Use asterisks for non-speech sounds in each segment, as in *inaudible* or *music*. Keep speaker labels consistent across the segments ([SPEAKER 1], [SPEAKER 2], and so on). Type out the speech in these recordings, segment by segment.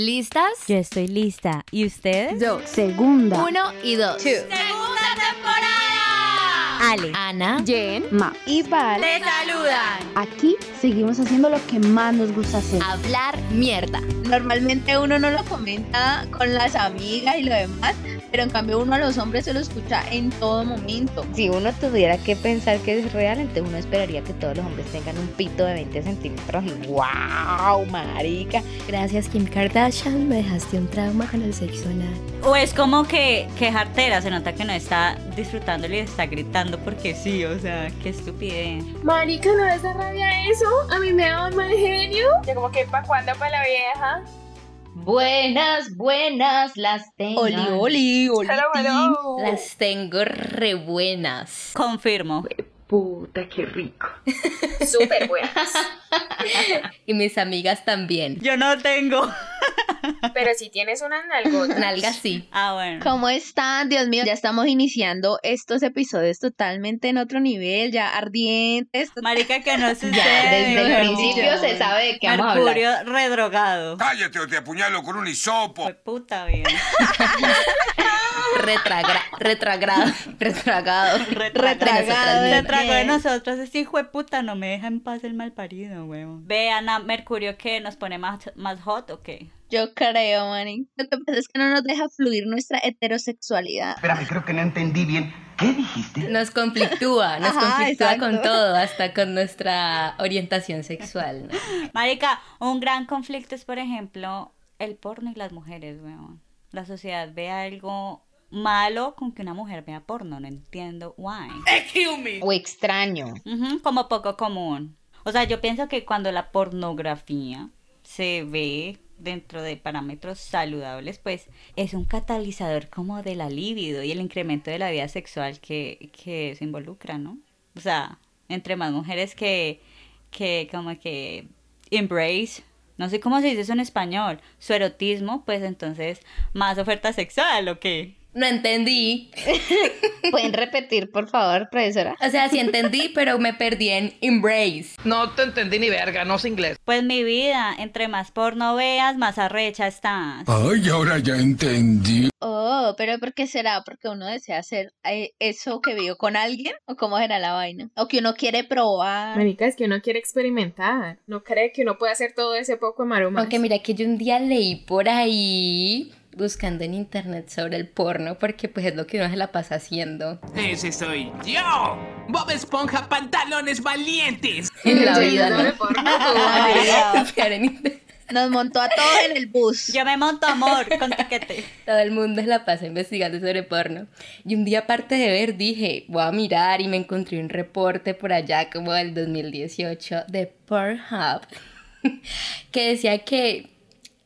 [SPEAKER 1] ¿Listas?
[SPEAKER 2] Yo estoy lista. ¿Y ustedes?
[SPEAKER 1] Dos.
[SPEAKER 3] Segunda.
[SPEAKER 1] Uno y dos.
[SPEAKER 4] ¡Segunda temporada!
[SPEAKER 2] Ale.
[SPEAKER 1] Ana.
[SPEAKER 3] Jen, Ma y Val.
[SPEAKER 4] ¡Te saludan!
[SPEAKER 3] Aquí seguimos haciendo lo que más nos gusta hacer.
[SPEAKER 1] Hablar mierda.
[SPEAKER 4] Normalmente uno no lo comenta con las amigas y lo demás, pero en cambio uno a los hombres se lo escucha en todo momento.
[SPEAKER 5] Si uno tuviera que pensar que es real, entonces uno esperaría que todos los hombres tengan un pito de 20 centímetros y wow, marica.
[SPEAKER 1] Gracias, Kim Kardashian. Me dejaste un trauma con el sexo anal.
[SPEAKER 2] O es como que, que jartera, se nota que no está disfrutándolo y está gritando porque sí, o sea, qué estupidez.
[SPEAKER 6] Marica, ¿no les da rabia eso? A mí me da un mal genio. Yo como que, ¿pa' cuándo pa' la vieja?
[SPEAKER 5] Buenas, buenas las tengo.
[SPEAKER 4] Oli, oli, oli.
[SPEAKER 6] Hello, hello.
[SPEAKER 1] Las tengo re buenas.
[SPEAKER 2] Confirmo.
[SPEAKER 5] Puta, qué rico.
[SPEAKER 6] Súper buenas.
[SPEAKER 1] Y mis amigas también.
[SPEAKER 2] Yo no tengo.
[SPEAKER 6] Pero si tienes unas nalgotas.
[SPEAKER 1] Nalgas sí.
[SPEAKER 2] Ah, bueno.
[SPEAKER 4] ¿Cómo están? Dios mío, ya estamos iniciando estos episodios totalmente en otro nivel, ya ardientes.
[SPEAKER 2] Marica, que no sucede.
[SPEAKER 5] Ya, desde el
[SPEAKER 2] weón.
[SPEAKER 5] principio se sabe de qué vamos a hablar.
[SPEAKER 2] Mercurio redrogado.
[SPEAKER 7] Cállate o te apuñalo con un hisopo.
[SPEAKER 2] Fue puta bien.
[SPEAKER 1] Retragra *laughs* retragrado. Retragado.
[SPEAKER 4] Retragado.
[SPEAKER 2] Se
[SPEAKER 4] Bien.
[SPEAKER 2] tragó de nosotros ese hijo de puta, no me deja en paz el mal parido, huevo. Vean a Mercurio que nos pone más, más hot o qué.
[SPEAKER 4] Yo creo, Mani. Lo que pasa es que no nos deja fluir nuestra *laughs* heterosexualidad.
[SPEAKER 8] Espérame, creo que no entendí bien. ¿Qué dijiste?
[SPEAKER 1] Nos conflictúa, nos
[SPEAKER 4] Ajá,
[SPEAKER 1] conflictúa
[SPEAKER 4] exacto.
[SPEAKER 1] con todo, hasta con nuestra orientación sexual. ¿no?
[SPEAKER 2] Marica, un gran conflicto es, por ejemplo, el porno y las mujeres, weón. La sociedad ve algo malo con que una mujer vea porno, no entiendo why.
[SPEAKER 5] O extraño.
[SPEAKER 2] Ujú, como poco común. O sea, yo pienso que cuando la pornografía se ve dentro de parámetros saludables, pues es un catalizador como de la libido y el incremento de la vida sexual que, que eso involucra, ¿no? O sea, entre más mujeres que, que como que embrace, no sé cómo se dice eso en español, su erotismo, pues entonces más oferta sexual o qué.
[SPEAKER 1] No entendí.
[SPEAKER 5] ¿Pueden repetir, por favor, profesora?
[SPEAKER 1] O sea, sí entendí, *laughs* pero me perdí en embrace.
[SPEAKER 9] No te entendí ni verga, no sé inglés.
[SPEAKER 2] Pues mi vida, entre más porno veas, más arrecha estás.
[SPEAKER 7] Ay, ahora ya entendí.
[SPEAKER 4] Oh, pero ¿por qué será? ¿Porque uno desea hacer eh, eso que vio con alguien? ¿O cómo será la vaina? ¿O que uno quiere probar?
[SPEAKER 6] Marica, es que uno quiere experimentar. No cree que uno puede hacer todo ese poco de marumas.
[SPEAKER 1] Aunque mira que yo un día leí por ahí buscando en internet sobre el porno, porque pues es lo que uno se la pasa haciendo
[SPEAKER 8] Ese soy yo. Bob Esponja, pantalones valientes.
[SPEAKER 6] *laughs*
[SPEAKER 1] en la
[SPEAKER 6] Yo
[SPEAKER 1] vida,
[SPEAKER 6] no
[SPEAKER 1] *laughs*
[SPEAKER 6] me
[SPEAKER 1] ¿no?
[SPEAKER 6] formo.
[SPEAKER 1] Buscar en internet.
[SPEAKER 4] Nos montó a todos en el bus.
[SPEAKER 2] Yo me monto amor con tiquete.
[SPEAKER 1] Todo el mundo se la pasa investigando sobre porno. Y un día, aparte de ver, dije, voy a mirar y me encontré un reporte por allá como del 2018 de Pornhub *laughs* que decía que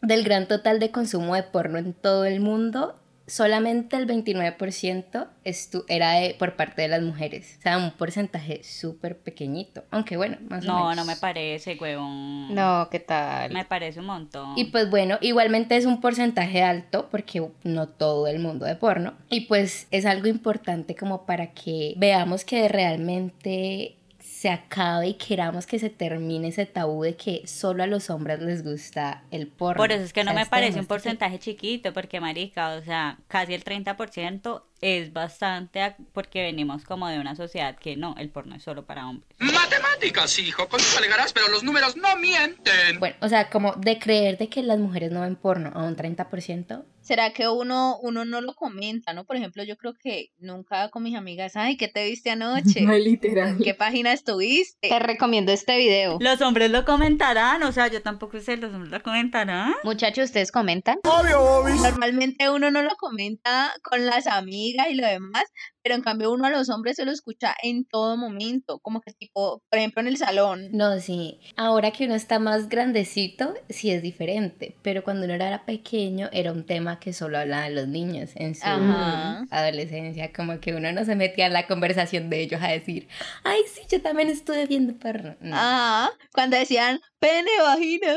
[SPEAKER 1] del gran total de consumo de porno en todo el mundo, solamente el 29% estu- era de- por parte de las mujeres. O sea, un porcentaje súper pequeñito. Aunque bueno, más o
[SPEAKER 2] No,
[SPEAKER 1] menos.
[SPEAKER 2] no me parece, huevón.
[SPEAKER 5] No, ¿qué tal?
[SPEAKER 2] Me parece un montón.
[SPEAKER 1] Y pues bueno, igualmente es un porcentaje alto porque no todo el mundo de porno. Y pues es algo importante como para que veamos que realmente se acabe y queramos que se termine ese tabú de que solo a los hombres les gusta el porno.
[SPEAKER 2] Por eso es que
[SPEAKER 1] O
[SPEAKER 2] no
[SPEAKER 1] sea,
[SPEAKER 2] me
[SPEAKER 1] este
[SPEAKER 2] parece un
[SPEAKER 1] demuestra que-
[SPEAKER 2] porcentaje chiquito, porque marica, o sea, casi el 30% es bastante a- porque venimos como de una sociedad que no, el porno es solo para hombres.
[SPEAKER 8] Matemáticas, hijo. Con eso alegarás, pero los números no mienten.
[SPEAKER 1] Bueno, o sea, como de creer de que las mujeres no ven porno a un 30%.
[SPEAKER 4] ¿Será que uno, uno no lo comenta, no? Por ejemplo, yo creo que nunca con mis amigas, ay, ¿qué te viste anoche?
[SPEAKER 6] *laughs* No, literal.
[SPEAKER 4] ¿En
[SPEAKER 6] *laughs*
[SPEAKER 4] qué página
[SPEAKER 5] Te
[SPEAKER 4] estuviste?
[SPEAKER 5] recomiendo este video.
[SPEAKER 2] Los hombres lo comentarán, o sea, yo tampoco sé, los hombres lo comentarán.
[SPEAKER 5] Muchachos, ¿ustedes comentan?
[SPEAKER 4] Normalmente uno no lo comenta con las amigas y lo demás, pero en cambio uno a los hombres se lo escucha en todo momento, como que tipo, por ejemplo, en el salón.
[SPEAKER 1] No, sí. Ahora que uno está más grandecito, sí es diferente. Pero cuando uno era pequeño, era un tema que solo hablaban los niños en su
[SPEAKER 4] Ajá.
[SPEAKER 1] adolescencia. Como que uno no se metía en la conversación de ellos a decir, ay, sí, yo también estuve viendo porno. No.
[SPEAKER 4] Ajá, cuando decían pene, vagina.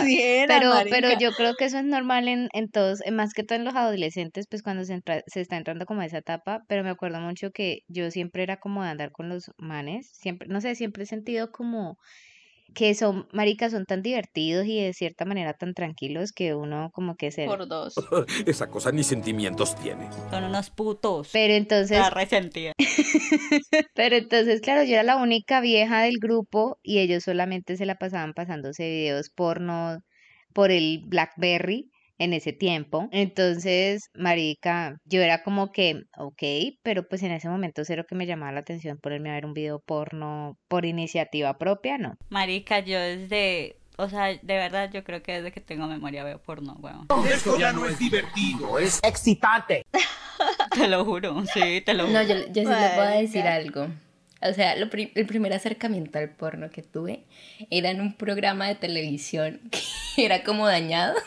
[SPEAKER 4] *laughs* Así era,
[SPEAKER 5] Ah, Pero, pero
[SPEAKER 4] marica.
[SPEAKER 5] yo creo que eso es normal en, en todos, en más que todo en los adolescentes, pues cuando se, entra- se está entrando como a esa etapa, pero me acuerdo mucho que yo siempre era como de andar con los manes, siempre, no sé, siempre he sentido como que son, maricas, son tan divertidos y de cierta manera tan tranquilos que uno como que se...
[SPEAKER 4] por *laughs* dos.
[SPEAKER 10] Esa cosa ni sentimientos tiene.
[SPEAKER 2] Son unos putos.
[SPEAKER 5] Pero entonces,
[SPEAKER 2] Está resentida.
[SPEAKER 5] pero entonces, claro, yo era la única vieja del grupo y ellos solamente se la pasaban pasándose videos porno por el Blackberry en ese tiempo. Entonces, marica, yo era como que, ok, pero pues en ese momento cero que me llamaba la atención ponerme a ver un video porno por iniciativa propia, no.
[SPEAKER 2] Marica, yo desde. O sea, de verdad, yo creo que desde que tengo memoria veo porno, weón.
[SPEAKER 10] *laughs* Esto ya no es divertido, es
[SPEAKER 2] *laughs* Te lo juro, sí, te lo juro.
[SPEAKER 1] No, yo, yo sí les voy a decir
[SPEAKER 4] Marica.
[SPEAKER 1] algo. O sea, lo pri- el primer acercamiento al porno que tuve era en un programa de televisión *laughs* que era como dañado. *laughs*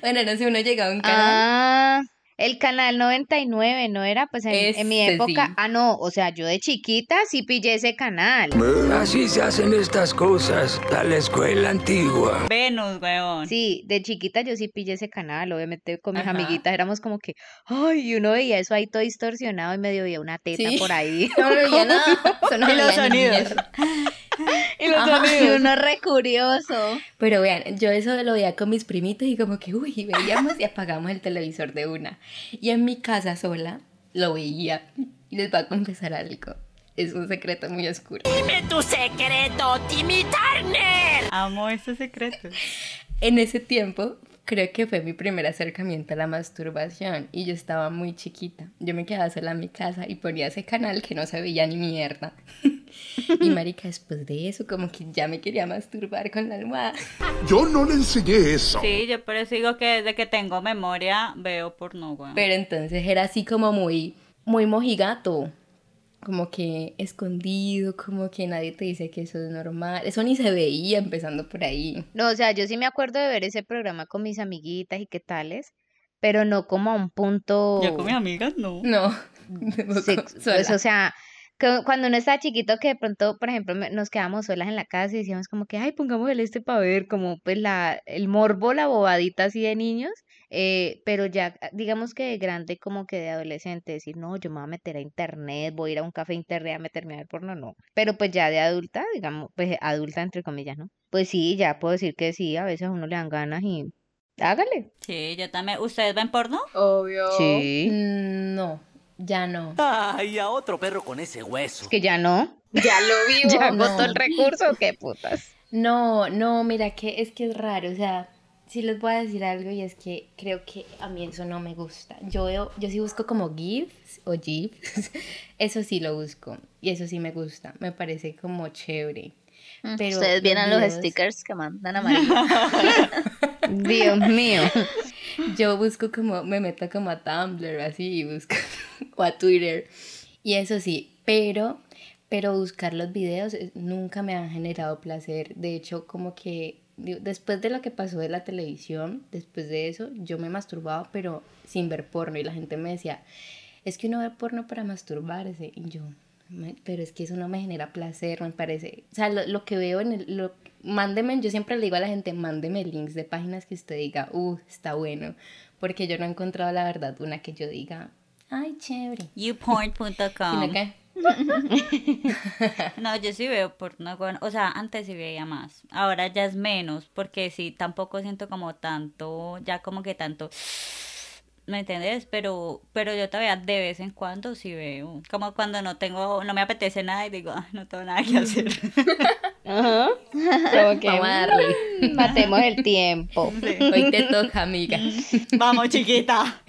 [SPEAKER 1] Bueno, no sé, uno llegaba a un *laughs* canal.
[SPEAKER 5] Ah, el canal 99, ¿no era? Pues en, en mi
[SPEAKER 1] Ese
[SPEAKER 5] época,
[SPEAKER 1] sí.
[SPEAKER 5] ah, no, o sea, yo de chiquita sí pillé ese canal.
[SPEAKER 7] Así se hacen estas cosas a la escuela antigua.
[SPEAKER 2] Venus, *laughs* weón.
[SPEAKER 5] Sí, de chiquita yo sí pillé ese canal, obviamente con mis
[SPEAKER 1] Ajá.
[SPEAKER 5] amiguitas éramos como que, ay, y uno veía eso ahí todo distorsionado y medio veía una teta
[SPEAKER 1] Sí. *laughs*
[SPEAKER 5] por ahí. *laughs*
[SPEAKER 1] No me veía nada. *laughs* Eso no
[SPEAKER 2] Y
[SPEAKER 1] veía
[SPEAKER 2] los
[SPEAKER 1] ni
[SPEAKER 2] sonidos.
[SPEAKER 1] mierda.
[SPEAKER 4] Y los
[SPEAKER 1] Ajá.
[SPEAKER 4] sonidos. Y uno re curioso.
[SPEAKER 1] Pero vean, yo eso lo veía con mis primitos y como que, uy, veíamos y apagamos el televisor de una. Y en mi casa sola lo veía. Y les voy a confesar algo. Es un secreto muy oscuro.
[SPEAKER 2] Amo estos secretos.
[SPEAKER 1] En ese tiempo, creo que fue mi primer acercamiento a la masturbación y yo estaba muy chiquita. Yo me quedaba sola en mi casa y ponía ese canal que no se veía ni mierda. *laughs* Y marica, después de eso, como que ya me quería masturbar con la almohada.
[SPEAKER 7] Yo no le enseñé eso.
[SPEAKER 2] Sí, yo por eso digo que desde que tengo memoria veo porno, weón.
[SPEAKER 1] Pero entonces era así como muy, muy mojigato. Como que escondido, como que nadie te dice que eso es normal. Eso ni se veía empezando por ahí.
[SPEAKER 5] No, o sea, yo sí me acuerdo de ver ese programa con mis amiguitas y qué tales, pero no como a un punto
[SPEAKER 2] Yo con mis amigas no.
[SPEAKER 1] No. *laughs*
[SPEAKER 5] *laughs* sex-
[SPEAKER 1] sola.
[SPEAKER 5] pues, o sea, que cuando uno está chiquito que de pronto, por ejemplo, me- nos quedamos solas en la casa y decíamos como que, ay, pongamos el este para ver, como pues la, el morbo, la bobadita así de niños, eh, pero ya ah, digamos que de grande como que de adolescente, decir, no, yo me voy a meter a internet, voy a ir a un café internet a meterme a ver porno, no, pero pues ya de adulta, digamos, pues adulta entre comillas, ¿no? Pues sí, ya puedo decir que sí, a veces a uno le dan ganas y hágale.
[SPEAKER 2] Sí, yo también. ¿Ustedes ven porno?
[SPEAKER 6] Obvio.
[SPEAKER 5] Sí.
[SPEAKER 1] Mm, No, ya no.
[SPEAKER 10] Ay, a otro perro con ese hueso.
[SPEAKER 5] Es que ya no.
[SPEAKER 6] Ya lo vivo.
[SPEAKER 5] *laughs* Ya
[SPEAKER 1] no.
[SPEAKER 5] agotó el recurso, qué putas.
[SPEAKER 1] No, no, mira que es que es raro, o sea, sí les voy a decir algo y es que creo que a mí eso no me gusta. Yo veo, yo sí busco como GIFs o GIFs, *laughs* eso sí lo busco y eso sí me gusta, me parece como chévere. Pero
[SPEAKER 4] Ustedes vieran los
[SPEAKER 1] videos-
[SPEAKER 4] stickers que mandan a *laughs* María.
[SPEAKER 5] Dios mío.
[SPEAKER 1] Yo busco como, me meto como a Tumblr así y busco, *laughs* o a Twitter. Y eso sí, pero, pero buscar los videos eh, nunca me han generado placer. De hecho, como que digo, después de lo que pasó de la televisión, después de eso, yo me masturbaba, pero sin ver porno. Y la gente me decía, es que uno ve porno para masturbarse. Y yo, "Ma- pero es que eso no me genera placer, me parece. O sea, lo, lo que veo en el... Lo, mándeme, yo siempre le digo a la gente, mándeme links de páginas que usted diga, uh, está bueno. Porque yo no he encontrado, la verdad, una que yo diga, ay, chévere.
[SPEAKER 2] Youporn.com.
[SPEAKER 1] Sino que,
[SPEAKER 2] No, yo sí veo porno, weón. O sea, antes sí veía más. Ahora ya es menos, porque sí, tampoco siento como tanto, ya como que tanto. *sniffs* ¿Me entiendes? Pero, pero yo todavía de vez en cuando sí veo. Como cuando no tengo, no me apetece nada y digo, "Ay, no tengo nada que hacer.
[SPEAKER 5] Ajá. Como que
[SPEAKER 1] Vamos a darle.
[SPEAKER 5] mm, *laughs* matemos el tiempo.
[SPEAKER 1] Hoy te toca, amiga.
[SPEAKER 2] *laughs* Vamos, chiquita.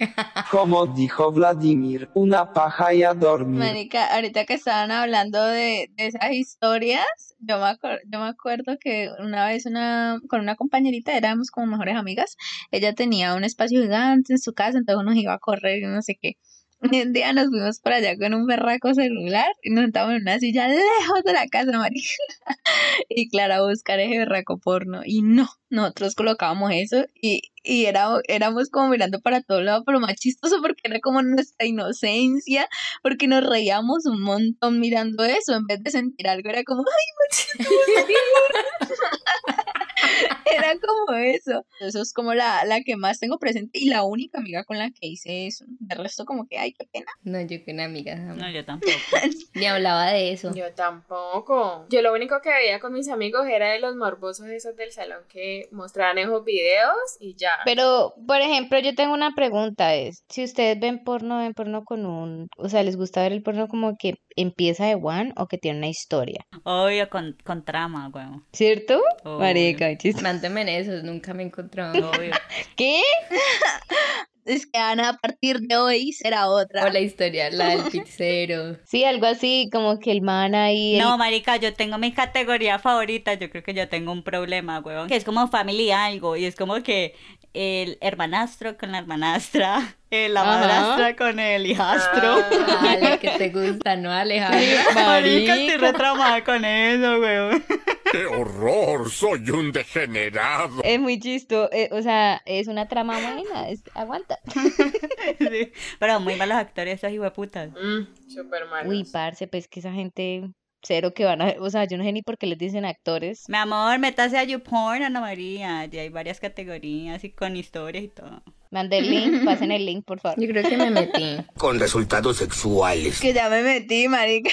[SPEAKER 10] Como dijo Vladimir, una paja y a dormir.
[SPEAKER 4] Marica, ahorita que estaban hablando de, de esas historias, yo me, acuer- yo me acuerdo que una vez una, con una compañerita, éramos como mejores amigas, ella tenía un espacio gigante en su casa, entonces nos iba a correr y no sé qué. *laughs* Y un día nos fuimos para allá con un berraco celular y nos sentamos en una silla lejos de la casa, marica. *laughs* Y claro, a buscar ese berraco porno. Y no, nosotros colocábamos eso y, y era, éramos como mirando para todo lado, pero más chistoso porque era como nuestra inocencia porque nos reíamos un montón mirando eso, en vez de sentir algo, *laughs* era como, ay, machito, por favor". Era como como eso. Eso es como la, la que más tengo presente y la única amiga con la que hice eso. De resto, como que, ay, qué pena.
[SPEAKER 1] No, yo con amigas.
[SPEAKER 2] *laughs* No,
[SPEAKER 1] jamás.
[SPEAKER 2] yo tampoco.
[SPEAKER 1] Ni hablaba de eso.
[SPEAKER 6] Yo tampoco. Yo lo único que veía con mis amigos era de los morbosos esos del salón que mostraban esos videos y ya.
[SPEAKER 5] Pero, por ejemplo, yo tengo una pregunta, es, si ustedes ven porno, ven porno con un, o sea, ¿les gusta ver el porno como que empieza de one o que tiene una historia?
[SPEAKER 2] Obvio, con, con trama, weón.
[SPEAKER 5] ¿Cierto?
[SPEAKER 2] Obvio.
[SPEAKER 5] Marica, qué chiste.
[SPEAKER 1] Mándeme en eso, nunca me he encontrado.
[SPEAKER 2] Obvio.
[SPEAKER 5] ¿Qué?
[SPEAKER 4] Es que Ana, a partir de hoy será otra.
[SPEAKER 1] O la historia, la del
[SPEAKER 5] *laughs*
[SPEAKER 1] pizzero.
[SPEAKER 5] Sí, algo así, como que el man ahí, el-
[SPEAKER 2] No, marica, yo tengo mi categoría favorita. Yo creo que yo tengo un problema, huevón. Que es como family algo. Y es como que el hermanastro con la hermanastra, eh, la
[SPEAKER 5] Ajá.
[SPEAKER 2] madrastra con el hijastro.
[SPEAKER 1] Ah, la que te gusta, ¿no, Alejandro?
[SPEAKER 5] Ah,
[SPEAKER 2] *laughs* Marica, estoy retramada con eso, huevón. *laughs*
[SPEAKER 11] ¡Qué horror! ¡Soy un degenerado!
[SPEAKER 5] es muy chisto, eh, o sea, es una trama buena, es- aguanta.
[SPEAKER 2] Sí. Pero muy malos actores esos hijueputas.
[SPEAKER 6] Mm, súper malos.
[SPEAKER 5] Uy, parce, pues que esa gente, cero que van a, o sea, yo no sé ni por qué les dicen actores.
[SPEAKER 2] Mi amor, métase a YouPorn, Ana María. Ya hay varias categorías y con historias y todo.
[SPEAKER 5] Mande el link, pasen el link, por favor.
[SPEAKER 1] Yo creo que me metí.
[SPEAKER 11] Con resultados sexuales.
[SPEAKER 4] Que ya me metí, marica.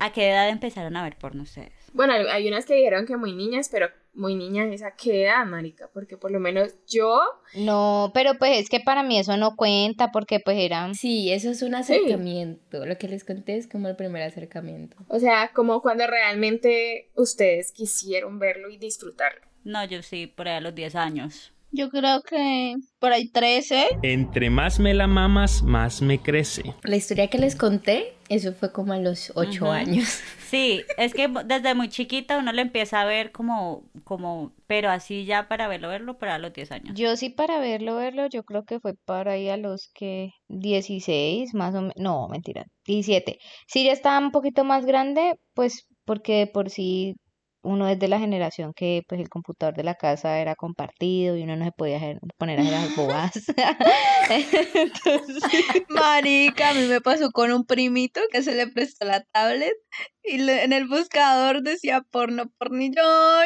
[SPEAKER 2] ¿A qué edad empezaron a ver porno ustedes?
[SPEAKER 6] Bueno, hay- hay unas que dijeron que muy niñas, pero muy niñas esa queda, marica, porque por lo menos yo,
[SPEAKER 5] No, pero pues es que para mí eso no cuenta porque pues eran...
[SPEAKER 1] Sí, eso es un acercamiento. Lo que les conté es como el primer acercamiento.
[SPEAKER 6] o sea, como cuando realmente ustedes quisieron verlo
[SPEAKER 5] *laughs*
[SPEAKER 6] y disfrutarlo.
[SPEAKER 2] No, yo sí, por ahí a los 10 años.
[SPEAKER 4] Yo creo que por ahí 13.
[SPEAKER 12] Entre más me la mamas, más me crece.
[SPEAKER 1] La historia que les conté, eso fue como a los ocho
[SPEAKER 2] Ujú.
[SPEAKER 1] años.
[SPEAKER 2] Sí, es que desde muy chiquita uno lo empieza a ver como, como, pero así ya para verlo, verlo, para los 10 años.
[SPEAKER 5] Yo sí para verlo, verlo, yo creo que fue para ahí a los que 16, más o menos, no, mentira, 17. Si ya estaba un poquito más grande, pues porque de por sí uno es de la generación que pues el computador de la casa era compartido y uno no se podía hacer- poner a hacer las bobadas. Entonces,
[SPEAKER 4] Marica, a mí me pasó con un primito que se le prestó la tablet y le- en el buscador decía porno pornillo.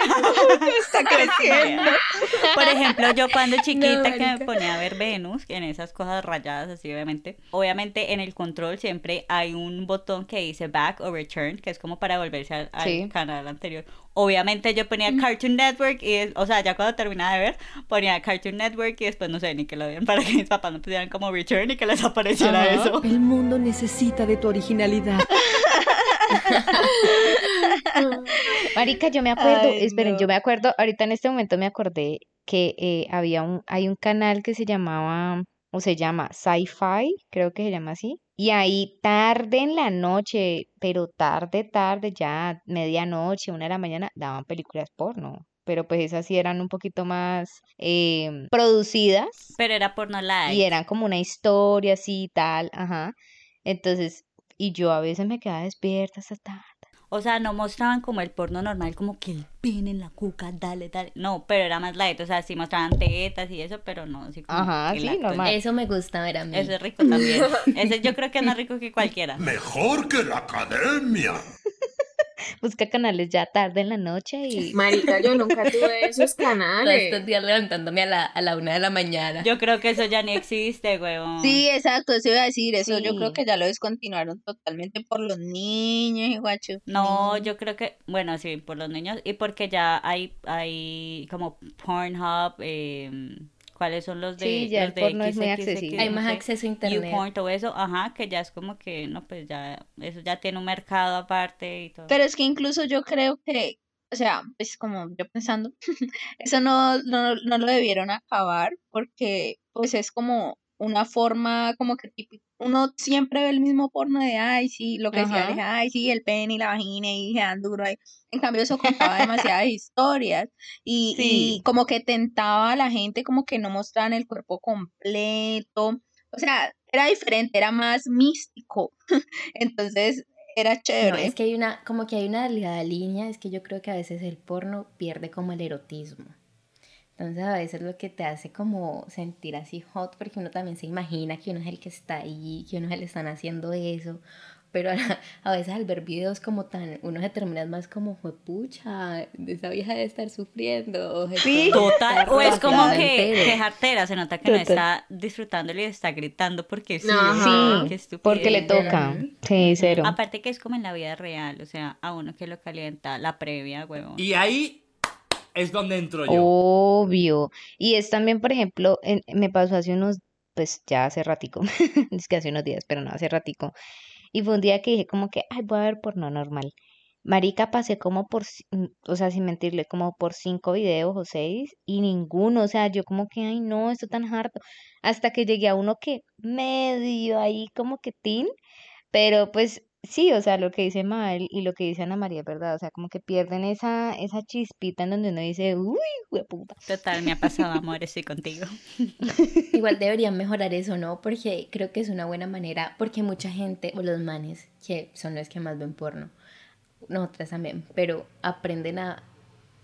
[SPEAKER 4] y yo, Está creciendo.
[SPEAKER 2] *laughs* Por ejemplo, yo cuando chiquita
[SPEAKER 1] No,
[SPEAKER 2] que me
[SPEAKER 1] marica.
[SPEAKER 2] ponía a ver Venus, en esas cosas rayadas así obviamente, obviamente en el control siempre hay un botón que dice back o return, que es como para volverse al, al
[SPEAKER 5] Sí.
[SPEAKER 2] canal anterior. Obviamente yo ponía Cartoon Network y, es- o sea, ya cuando terminaba de ver, ponía Cartoon Network y después no sé ni que lo vean para que mis papás no pusieran como return y que les apareciera
[SPEAKER 5] Ajá.
[SPEAKER 2] eso.
[SPEAKER 13] El mundo necesita de tu originalidad.
[SPEAKER 5] Marica, yo me acuerdo,
[SPEAKER 4] Ay,
[SPEAKER 5] esperen,
[SPEAKER 4] no.
[SPEAKER 5] yo me acuerdo, ahorita en este momento me acordé que eh, había un, hay un canal que se llamaba, o se llama Sci-Fi, creo que se llama así, y ahí tarde en la noche, pero tarde, tarde, ya medianoche, una de la mañana, daban películas porno, pero pues esas sí eran un poquito más em, producidas
[SPEAKER 2] Pero era porno live.
[SPEAKER 5] y eran como una historia así y tal, ajá, entonces, y yo a veces me quedaba despierta hasta tarde.
[SPEAKER 2] O sea, no mostraban como el porno normal, como que el pene en la cuca, dale, dale. No, pero era más light. O sea, sí mostraban tetas y eso, pero no, así como.
[SPEAKER 5] Ajá,
[SPEAKER 2] el
[SPEAKER 5] sí,
[SPEAKER 2] acto.
[SPEAKER 5] normal. Eh,
[SPEAKER 1] Eso me gusta ver a mí.
[SPEAKER 2] Eso es rico
[SPEAKER 1] *laughs*
[SPEAKER 2] también. Ese yo creo que es más rico que cualquiera.
[SPEAKER 11] Mejor que la academia.
[SPEAKER 5] Busca canales ya tarde en la noche y
[SPEAKER 6] Marica, yo nunca tuve esos
[SPEAKER 1] Todos
[SPEAKER 6] canales.
[SPEAKER 1] estos días levantándome a la, a la una de la mañana.
[SPEAKER 2] Yo creo que eso ya ni existe, huevón.
[SPEAKER 4] Sí, exacto, eso iba a decir. Eso yo creo
[SPEAKER 5] Sí.
[SPEAKER 4] que ya lo descontinuaron totalmente por los niños y guacho.
[SPEAKER 2] No, yo creo que, bueno, sí, por los niños y porque ya hay, hay como Pornhub, eh, ¿cuáles son los de,
[SPEAKER 5] Sí, ya
[SPEAKER 2] los
[SPEAKER 5] el porno es muy
[SPEAKER 2] XXX,
[SPEAKER 5] accesible.
[SPEAKER 2] no
[SPEAKER 1] Hay más
[SPEAKER 2] sé?
[SPEAKER 1] acceso a internet.
[SPEAKER 2] YouPorn, todo eso, ajá, que ya es como que, no, pues ya, eso ya tiene un mercado aparte y todo.
[SPEAKER 4] Pero es que incluso yo creo que, o sea, pues como yo pensando, *laughs* eso no, no, no lo debieron acabar porque pues es como una forma como que típico. Uno siempre ve el mismo porno de, ay, sí, lo que decía,
[SPEAKER 5] Ajá.
[SPEAKER 4] Aleja, ay, sí, el pene y la vagina y se dan duro ahí. En cambio, eso contaba demasiadas historias y, y
[SPEAKER 5] Sí.
[SPEAKER 4] como que tentaba a la gente, como que no mostraban el cuerpo completo. O sea, era diferente, era más místico. *laughs* Entonces, era
[SPEAKER 1] No,
[SPEAKER 4] chévere.
[SPEAKER 1] es que hay una, como que hay una delgada línea, es que yo creo que a veces el porno pierde como el erotismo. Entonces a veces lo que te hace como sentir así hot, porque uno también se imagina que uno es el que está ahí, que uno se le están haciendo eso, pero a, la- *laughs* a veces al ver videos como tan, uno se termina más como, pucha, esa vieja debe estar sufriendo. o
[SPEAKER 2] Sí.
[SPEAKER 1] "Ese todo
[SPEAKER 2] Total.
[SPEAKER 1] está
[SPEAKER 2] O es como
[SPEAKER 1] rodeado
[SPEAKER 2] que,
[SPEAKER 1] entero".
[SPEAKER 2] que jartera, se nota que no
[SPEAKER 1] Total.
[SPEAKER 2] está disfrutándolo y está gritando porque sí.
[SPEAKER 1] Ajá.
[SPEAKER 2] ay,
[SPEAKER 5] Sí,
[SPEAKER 2] qué estupidez.
[SPEAKER 5] porque le toca. Sí, cero.
[SPEAKER 2] Aparte que es como en la vida real, o sea, a uno que lo calienta la previa, huevón.
[SPEAKER 14] Y ahí es donde entro yo.
[SPEAKER 5] Obvio. Y es también, por ejemplo, en- me pasó hace unos, pues ya hace ratico, *laughs* es que hace unos días, pero no, hace ratico. Y fue un día que dije como que, ay, voy a ver porno normal. Marica, pasé como por, ci- mm, o sea, sin mentirle, como por cinco videos o seis y ninguno, o sea, yo como que, ay, no, esto tan harto. Hasta que llegué a uno que medio ahí como que tin, pero pues sí, o sea, lo que dice Mabel y lo que dice Ana María es verdad, o sea, como que pierden esa, esa chispita en donde uno dice, uy, hueputa.
[SPEAKER 2] Total, me ha pasado, amor, estoy contigo.
[SPEAKER 1] Igual deberían mejorar eso, ¿no? Porque creo que es una buena manera, porque mucha gente, o los manes, que son los que más ven porno, nosotras también, pero aprenden a,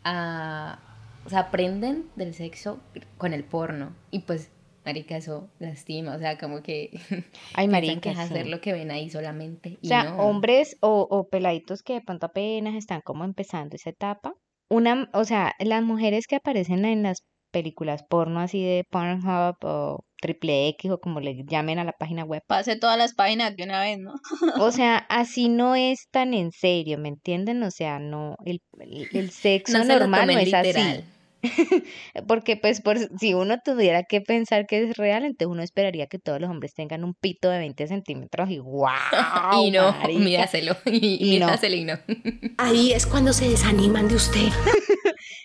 [SPEAKER 1] a- o sea, aprenden del sexo con el porno. Y pues, marica, eso lastima, o sea, como que *laughs* piensan que
[SPEAKER 5] Ay, marica,
[SPEAKER 1] es hacer
[SPEAKER 5] sí.
[SPEAKER 1] lo que ven ahí solamente.
[SPEAKER 5] O
[SPEAKER 1] Y
[SPEAKER 5] sea,
[SPEAKER 1] no.
[SPEAKER 5] hombres o, o peladitos que de pronto apenas están como empezando esa etapa. Una, o sea, las mujeres que aparecen en las películas porno así de Pornhub o Triple X o como le llamen a la página web.
[SPEAKER 4] Pase todas las páginas de una vez, ¿no?
[SPEAKER 1] *laughs*
[SPEAKER 5] O sea, así no es tan en serio, ¿me entienden? O sea, no, el, el- el sexo
[SPEAKER 1] *laughs* No se lo
[SPEAKER 5] normal no
[SPEAKER 1] tomen
[SPEAKER 5] es
[SPEAKER 1] literal.
[SPEAKER 5] así. Porque pues por, si uno tuviera que pensar que es real, entonces uno esperaría que todos los hombres tengan un pito de 20
[SPEAKER 1] *laughs*
[SPEAKER 5] centímetros y ¡guau!
[SPEAKER 1] y no, *laughs*
[SPEAKER 5] marica!
[SPEAKER 1] míraselo, y,
[SPEAKER 5] Y no.
[SPEAKER 1] míraselo y no.
[SPEAKER 5] Ahí es cuando se desaniman de usted.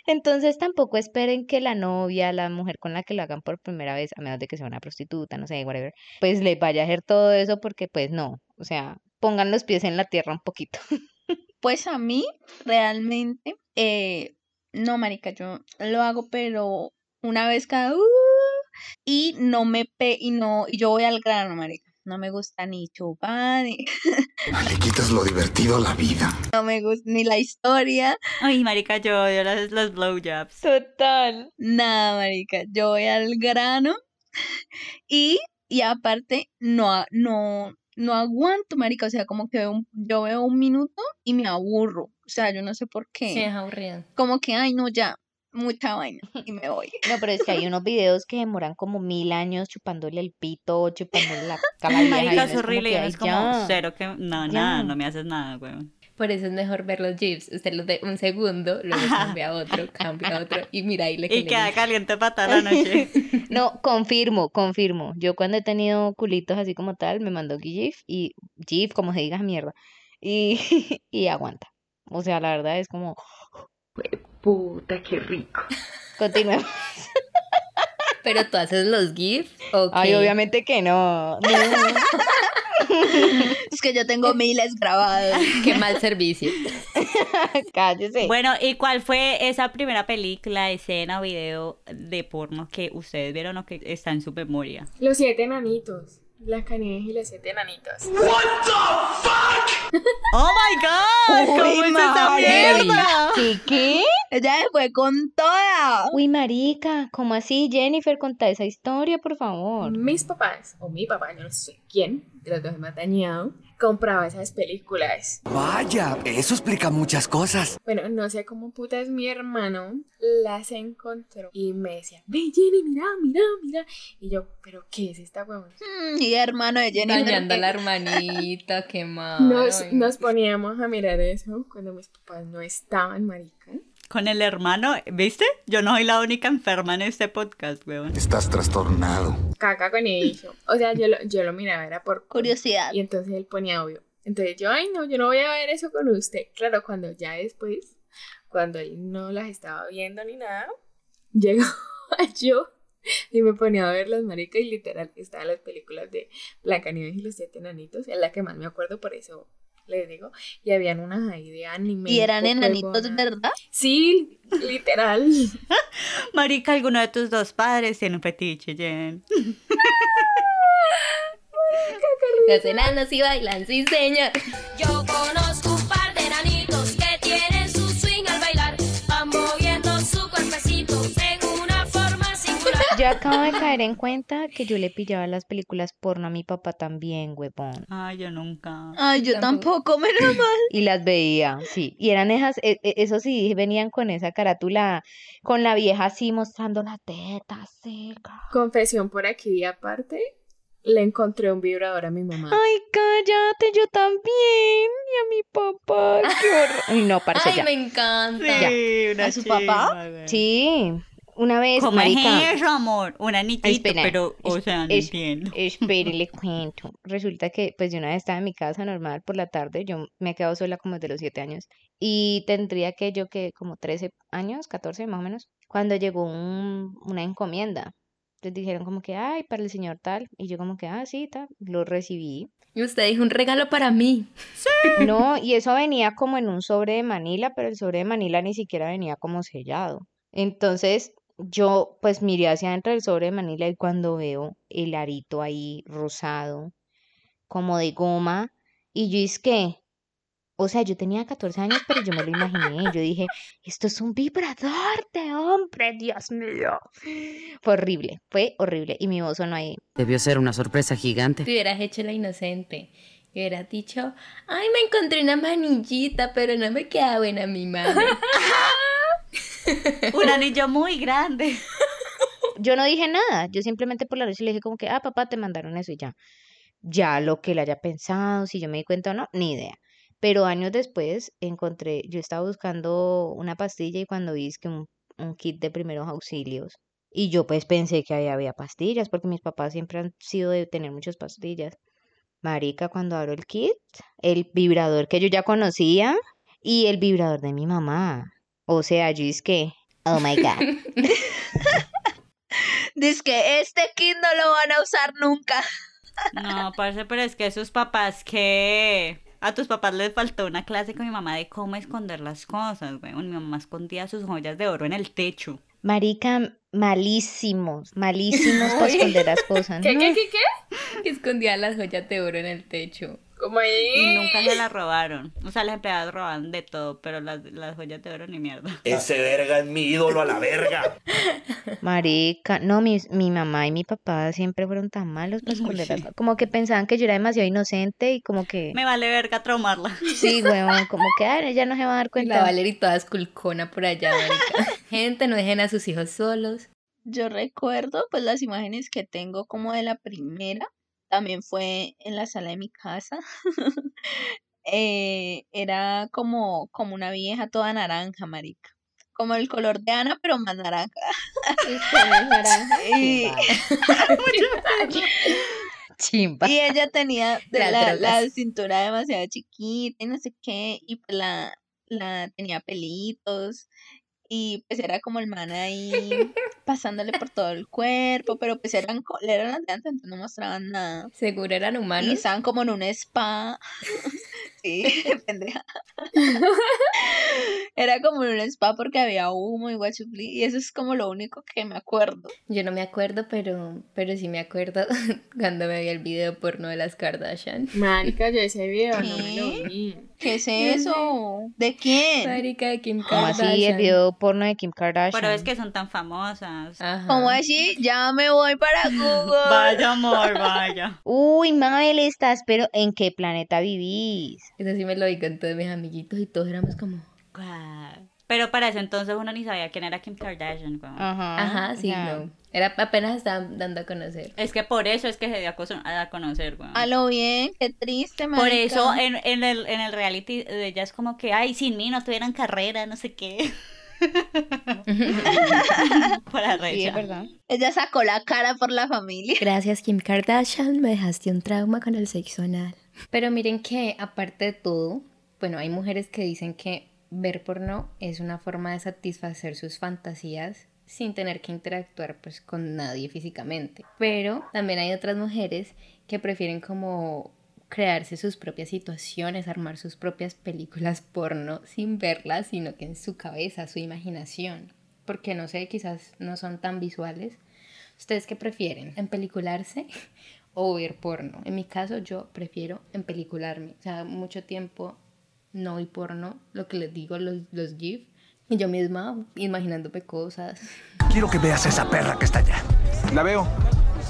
[SPEAKER 5] Entonces tampoco esperen que la novia, la mujer con la que lo hagan por primera vez, a menos de que sea una prostituta, no sé, whatever, pues les vaya a hacer todo eso porque pues no, o sea, pongan los pies en la tierra un
[SPEAKER 2] *laughs*
[SPEAKER 5] poquito.
[SPEAKER 4] Pues a mí, realmente, eh, no, marica, yo lo hago, pero una vez cada uh, y no me pe y no, y yo voy al grano, marica. No me gusta ni chupar, ni, *laughs*
[SPEAKER 15] Le quitas lo divertido a la vida.
[SPEAKER 4] no me gusta ni la historia.
[SPEAKER 2] Ay, marica, yo odio las, las blowjobs.
[SPEAKER 5] Total.
[SPEAKER 4] Nada, marica, yo voy al grano y, y aparte no, a- no, no aguanto, marica, o sea, como que veo un- yo veo un minuto y me aburro, o sea, yo no sé por qué.
[SPEAKER 1] Sí, es aburrido.
[SPEAKER 4] Como que, ay, no, ya, mucha vaina y me voy.
[SPEAKER 5] No, pero es que hay unos videos que demoran como mil años chupándole el pito,
[SPEAKER 2] *laughs*
[SPEAKER 5] chupándole la cama vieja, y
[SPEAKER 2] Marica,
[SPEAKER 5] uno
[SPEAKER 2] es
[SPEAKER 5] es como
[SPEAKER 2] horrible,
[SPEAKER 5] que,
[SPEAKER 2] y uno es
[SPEAKER 5] "Ay,
[SPEAKER 2] como
[SPEAKER 5] ya".
[SPEAKER 2] cero que... No,
[SPEAKER 5] Ya.
[SPEAKER 2] nada, no me haces nada, huevón.
[SPEAKER 1] Por eso es mejor ver los GIFs. Usted los ve un segundo, luego cambia a otro, cambia a otro y mira ahí le
[SPEAKER 2] *laughs* Y queda caliente para toda la
[SPEAKER 5] *laughs*
[SPEAKER 2] noche. *laughs*
[SPEAKER 5] No, confirmo, confirmo. Yo cuando he tenido culitos así como tal, me mandó GIF y GIF, como se diga, mierda. Y, *laughs* y aguanta. O sea, la verdad es como, puta, qué rico. Continuemos.
[SPEAKER 1] Pero tú haces los GIFs. o
[SPEAKER 5] Ay,
[SPEAKER 1] qué?
[SPEAKER 5] obviamente que *laughs* no. no.
[SPEAKER 4] Es que yo tengo miles grabados.
[SPEAKER 1] Qué mal
[SPEAKER 5] *laughs*
[SPEAKER 1] servicio.
[SPEAKER 5] Cállese.
[SPEAKER 2] Bueno, ¿y cuál fue esa primera película, escena o video de porno que ustedes vieron o que está en su memoria?
[SPEAKER 6] Los siete enanitos. Las canienes y los siete enanitos.
[SPEAKER 2] ¡Oh my god!
[SPEAKER 6] ¿Cómo es esa mierda?
[SPEAKER 5] ¿Qué, qué?
[SPEAKER 4] Ella se fue con toda.
[SPEAKER 5] Uy, marica, ¿cómo así, Jennifer? Contá esa historia, por favor.
[SPEAKER 6] Mis papás, o mi papá, yo no sé quién, de los dos más dañado, compraba esas películas.
[SPEAKER 16] Vaya, eso explica muchas cosas.
[SPEAKER 6] Bueno, no sé cómo putas mi hermano las encontró y me decía, ve Jenny, mira, mira, mira. Y yo, ¿pero qué es esta huevona?
[SPEAKER 4] Mm, Y hermano de Jenny.
[SPEAKER 1] Dañando a la hermanita, qué mal.
[SPEAKER 6] Nos, nos poníamos a mirar eso cuando mis papás no estaban, marica.
[SPEAKER 2] Con el hermano, ¿viste? Yo no soy la única enferma en este podcast, weón.
[SPEAKER 15] Estás trastornado.
[SPEAKER 6] Caca con ello. O sea, yo lo, yo lo miraba, era por
[SPEAKER 4] curiosidad.
[SPEAKER 6] Y entonces él ponía obvio. Entonces yo, ay, no, yo no voy a ver eso con usted. Claro, cuando ya después, cuando él no las estaba viendo ni nada, llegó *laughs* yo y me ponía a ver las maricas y literal estaban las películas de Blancanieves y los siete enanitos, es la que más me acuerdo, por eso les digo. Y habían unas ahí de anime.
[SPEAKER 4] Y eran
[SPEAKER 6] poco de
[SPEAKER 4] enanitos,
[SPEAKER 6] huevona.
[SPEAKER 4] ¿verdad?
[SPEAKER 6] Sí, literal.
[SPEAKER 2] Marica, alguno de tus dos padres tiene un fetiche, Jen.
[SPEAKER 1] Los enanos sí bailan, sí, señor.
[SPEAKER 17] Yo conozco un par de enanitos que tienen su
[SPEAKER 5] *laughs*
[SPEAKER 17] swing al bailar. Van moviendo su cuerpecito en una forma singular.
[SPEAKER 5] Yo Yo acabo de caer en cuenta que yo le pillaba las películas porno a mi papá también, huevón.
[SPEAKER 2] Ay, yo nunca.
[SPEAKER 4] Ay, yo tampoco, menos mal.
[SPEAKER 5] Y las veía, sí. Y eran esas, e- e- eso sí, venían con esa carátula, con la vieja así mostrando la teta seca.
[SPEAKER 6] *laughs* Confesión por aquí aparte, le encontré un vibrador a mi mamá.
[SPEAKER 5] Ay, cállate, yo también. Y a mi papá, qué horror. Ay, no, parce,
[SPEAKER 1] Ay,
[SPEAKER 5] ya.
[SPEAKER 1] me encanta.
[SPEAKER 5] Ya.
[SPEAKER 2] ¿A
[SPEAKER 4] su papá?
[SPEAKER 5] Sí, una vez,
[SPEAKER 2] ¿Cómo es
[SPEAKER 5] marica.
[SPEAKER 2] eso, amor? Un anitito,
[SPEAKER 5] Espera,
[SPEAKER 2] pero, o
[SPEAKER 5] es-
[SPEAKER 2] sea, no
[SPEAKER 5] es- *laughs*
[SPEAKER 2] entiendo.
[SPEAKER 5] Espere, le cuento. Resulta que, pues, yo una vez estaba en mi casa normal por la tarde. Yo me he quedado sola como desde los siete años. Y tendría que yo que como 13 años, 14 más o menos, cuando llegó un- una encomienda. Entonces dijeron como que, ay, para el señor tal. Y yo como que, ah, sí, tal. Lo recibí.
[SPEAKER 1] Y usted dijo un regalo para mí.
[SPEAKER 5] No, y eso venía como en un sobre de Manila, pero el sobre de Manila ni siquiera venía como sellado. Entonces, yo pues miré hacia adentro del sobre de Manila y cuando veo el arito ahí rosado, como de goma, y yo es que, o sea, yo tenía 14 años, pero yo me lo imaginé. Yo dije, esto es un vibrador de hombre, Dios mío. Fue horrible, fue horrible. Y mi voz sonó ahí.
[SPEAKER 18] Debió ser una sorpresa
[SPEAKER 1] Te
[SPEAKER 18] gigante.
[SPEAKER 1] hubieras hecho la inocente. Y hubieras dicho, ay, me encontré una manillita, pero no me queda buena mi
[SPEAKER 5] *laughs*
[SPEAKER 1] mano.
[SPEAKER 2] Un anillo muy grande.
[SPEAKER 5] yo no dije nada, yo simplemente por la noche le dije como que, ah, papá, te mandaron eso y ya. Ya lo que él haya pensado, si yo me di cuenta o no, ni idea. Pero años después encontré, yo estaba buscando una pastilla y cuando vi es que un, un kit de primeros auxilios. Y yo pues pensé que ahí había pastillas, porque mis papás siempre han sido de tener muchas pastillas. Marica, cuando abro el kit, el vibrador que yo ya conocía y el vibrador de mi mamá. O sea, yo es que, oh my God.
[SPEAKER 4] Dice que este kit no lo van a usar nunca.
[SPEAKER 2] No, parce, pero es que sus papás, ¿qué? A tus papás les faltó una clase con mi mamá de cómo esconder las cosas, güey. Mi mamá escondía sus joyas de oro en el techo.
[SPEAKER 5] Marica, malísimos, malísimos para
[SPEAKER 1] Uy.
[SPEAKER 5] esconder las
[SPEAKER 6] *laughs*
[SPEAKER 5] cosas.
[SPEAKER 1] ¿Qué,
[SPEAKER 5] ¿no?
[SPEAKER 1] qué, qué, qué? Que escondía las joyas de oro en el techo.
[SPEAKER 6] Como
[SPEAKER 2] Y
[SPEAKER 6] ahí.
[SPEAKER 2] nunca se las robaron. O sea, las empleadas robaban de todo, pero las, las joyas de oro ni mierda.
[SPEAKER 14] Ese verga es mi ídolo a la verga.
[SPEAKER 5] Marica, no, mis- mi mamá y mi papá siempre fueron tan malos para esconder las cosas. Como que pensaban que yo era demasiado inocente y como que,
[SPEAKER 2] Me *laughs* vale verga traumarla.
[SPEAKER 5] sí, weón, como que, ah, ella no se va a dar
[SPEAKER 1] La
[SPEAKER 5] cuenta.
[SPEAKER 1] Valeria toda esculcona por allá, marica. *laughs* Gente, no dejen a sus hijos solos.
[SPEAKER 4] Yo recuerdo, pues las imágenes que tengo como de la primera, también fue en la sala de mi casa. *laughs* Eh, era como, como una vieja toda naranja, marica. Como el color de Ana, pero más naranja. *laughs* Y-
[SPEAKER 1] pues
[SPEAKER 6] *laughs*
[SPEAKER 5] Chimba.
[SPEAKER 4] Y ella tenía de
[SPEAKER 1] Las
[SPEAKER 4] la, la
[SPEAKER 1] drogas.
[SPEAKER 4] cintura demasiado chiquita y no sé qué, y pues la, la tenía pelitos, y pues era como el man ahí pasándole por todo el cuerpo, pero pues eran, co- eran las de antes, entonces no mostraban nada.
[SPEAKER 1] Seguro eran
[SPEAKER 4] Y
[SPEAKER 1] humanos.
[SPEAKER 4] estaban como en un spa. *laughs* sí, *laughs* pendeja. Era como en un spa porque había humo y guachupli, y eso es como lo único que me acuerdo.
[SPEAKER 1] Yo no me acuerdo, pero, pero sí me acuerdo *laughs* cuando me vi el video porno de las Kardashian.
[SPEAKER 6] Marica, yo ese video no me lo
[SPEAKER 4] ¿Qué?
[SPEAKER 6] vi.
[SPEAKER 4] ¿Qué es
[SPEAKER 1] sé.
[SPEAKER 4] eso? ¿De quién?
[SPEAKER 1] Marica de Kim
[SPEAKER 5] Como
[SPEAKER 1] Kardashian.
[SPEAKER 5] así el video porno de Kim Kardashian.
[SPEAKER 2] Pero es que son tan famosas.
[SPEAKER 1] Ajá.
[SPEAKER 4] ¿Cómo así? Ya me voy *laughs* para Google.
[SPEAKER 2] Vaya amor, vaya.
[SPEAKER 5] Uy, Mabel, estás, pero ¿en qué planeta vivís?
[SPEAKER 1] Eso sí me lo digo con todos mis amiguitos y todos éramos como...
[SPEAKER 2] Guau. Pero para eso entonces uno ni sabía quién era Kim Kardashian, güey.
[SPEAKER 5] Ajá,
[SPEAKER 1] Ajá, sí,
[SPEAKER 5] ajá.
[SPEAKER 1] no. Era apenas estaban dando a conocer.
[SPEAKER 2] Es que por eso es que se dio a, coso- a conocer, güey.
[SPEAKER 4] A lo bien, qué triste, marica.
[SPEAKER 2] Por eso
[SPEAKER 4] eh,
[SPEAKER 2] en, en el, en el reality de ella es como que, ay, sin mí no tuvieran carrera, no sé qué. *laughs* Para
[SPEAKER 5] Sí, es
[SPEAKER 2] recha.
[SPEAKER 5] verdad.
[SPEAKER 4] Ella sacó la cara por la familia.
[SPEAKER 1] *laughs* Gracias Kim Kardashian, me dejaste un trauma con el sexo anal. Pero miren que aparte de todo, bueno, hay mujeres que dicen que ver porno es una forma de satisfacer sus fantasías sin tener que interactuar pues con nadie físicamente. Pero también hay otras mujeres que prefieren como crearse sus propias situaciones, armar sus propias películas porno sin verlas, sino que en su cabeza, su imaginación. Porque no sé, quizás no son tan visuales ¿Ustedes qué prefieren? ¿Empelicularse *laughs* o ver porno? En mi caso, yo prefiero empelicularme. O sea, mucho tiempo no vi porno. Lo que les digo, los, los GIF, Y yo misma imaginándome cosas. *laughs*
[SPEAKER 18] Quiero que veas a esa perra que está allá. La veo.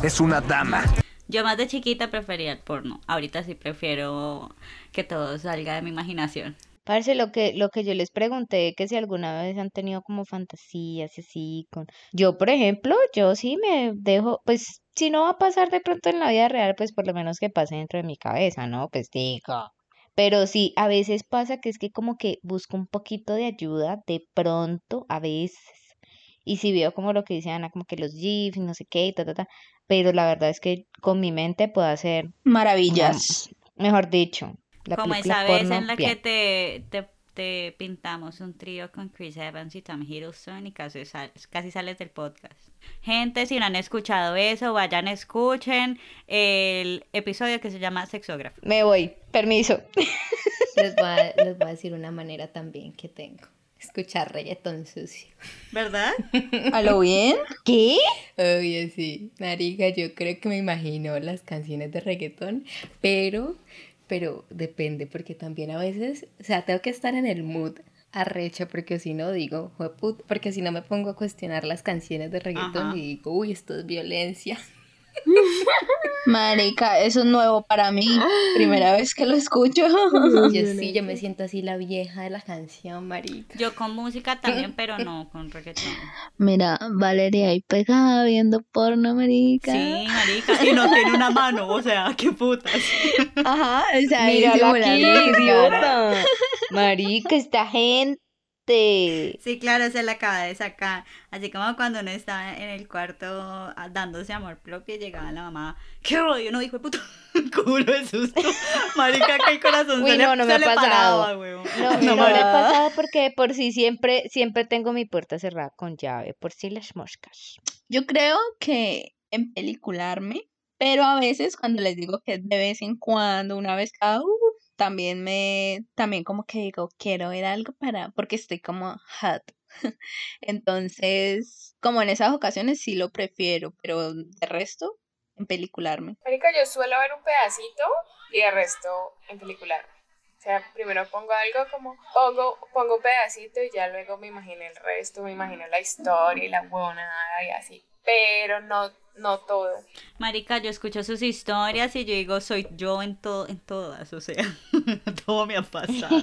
[SPEAKER 18] Es una dama.
[SPEAKER 2] Yo más de chiquita prefería el porno. Ahorita sí prefiero que todo salga de mi imaginación.
[SPEAKER 5] Parce, lo que, lo que yo les pregunté, que si alguna vez han tenido como fantasías y así con... Yo, por ejemplo, yo sí me dejo, pues, si no va a pasar de pronto en la vida real, pues por lo menos que pase dentro de mi cabeza, ¿no? Pues digo. Pero sí, a veces pasa que es que como que busco un poquito de ayuda de pronto, a veces. Y si veo como lo que dice Ana, como que los GIFs, no sé qué, y ta, ta, ta. Pero la verdad es que con mi mente puedo hacer...
[SPEAKER 4] *laughs* Maravillas.
[SPEAKER 5] Como, mejor dicho, la
[SPEAKER 2] como
[SPEAKER 5] película
[SPEAKER 2] esa vez
[SPEAKER 5] porno
[SPEAKER 2] en la
[SPEAKER 5] bien.
[SPEAKER 2] que te, te, te pintamos un trío con Chris Evans y Tom Hiddleston y casi sales, casi sales del podcast. Gente, si no han escuchado eso, vayan, escuchen el episodio que se llama Sexógrafo.
[SPEAKER 5] Me voy, permiso.
[SPEAKER 1] Les voy, a, les voy a decir una manera también que tengo. Escuchar reggaetón sucio.
[SPEAKER 2] ¿Verdad?
[SPEAKER 4] ¿A lo bien?
[SPEAKER 5] ¿Qué?
[SPEAKER 1] Oye, sí. Marica, yo creo que me imagino las canciones de reggaetón, pero, pero depende, porque también a veces, o sea, tengo que estar en el mood arrecha, porque si no digo, "Jueput", porque si no me pongo a cuestionar las canciones de reggaetón
[SPEAKER 4] Ajá.
[SPEAKER 1] y digo, uy, esto es violencia.
[SPEAKER 4] Marica, eso es nuevo para *gasps* mí. Primera vez que lo escucho. *laughs*
[SPEAKER 1] Yo sí, yo me siento así la vieja de la canción, marica.
[SPEAKER 2] Yo con música también, pero no con reggaetón.
[SPEAKER 4] Mira, Valeria ahí pegada viendo porno, marica.
[SPEAKER 2] Sí, marica, y no tiene una mano, o sea, qué putas.
[SPEAKER 4] Ajá, o sea, ahí
[SPEAKER 5] Mírala aquí,
[SPEAKER 4] disimulando la cara.
[SPEAKER 5] idiota. Marica, esta gente.
[SPEAKER 2] Sí, claro, se la acaba de sacar. Así como cuando uno estaba en el cuarto ah, dándose amor propio y llegaba la mamá, qué rollo, no dijo, *laughs* puto, culo de susto. Marica, que el corazón
[SPEAKER 5] Uy,
[SPEAKER 2] se
[SPEAKER 5] no,
[SPEAKER 2] le,
[SPEAKER 5] no me
[SPEAKER 2] se
[SPEAKER 5] ha
[SPEAKER 2] le
[SPEAKER 5] pasado.
[SPEAKER 2] paraba, huevón.
[SPEAKER 5] No, no me ha pasado porque de por sí siempre, siempre tengo mi puerta cerrada con llave, por si las moscas.
[SPEAKER 4] Yo creo que en pelicularme, pero a veces cuando les digo que es de vez en cuando, una vez cada uno, también me, también como que digo, quiero ver algo para, porque estoy como hot. *laughs* Entonces, como en esas ocasiones sí lo prefiero, pero de resto, en pelicularme.
[SPEAKER 6] Marica, yo suelo ver un pedacito y el resto en película. O sea, primero pongo algo como, pongo, pongo un pedacito y ya luego me imagino el resto, me imagino la historia y la huevonada y así. Pero no, no todo.
[SPEAKER 2] Marica, yo escucho sus historias y yo digo, soy yo en, todo, en todas, o sea, *laughs* todo me ha pasado.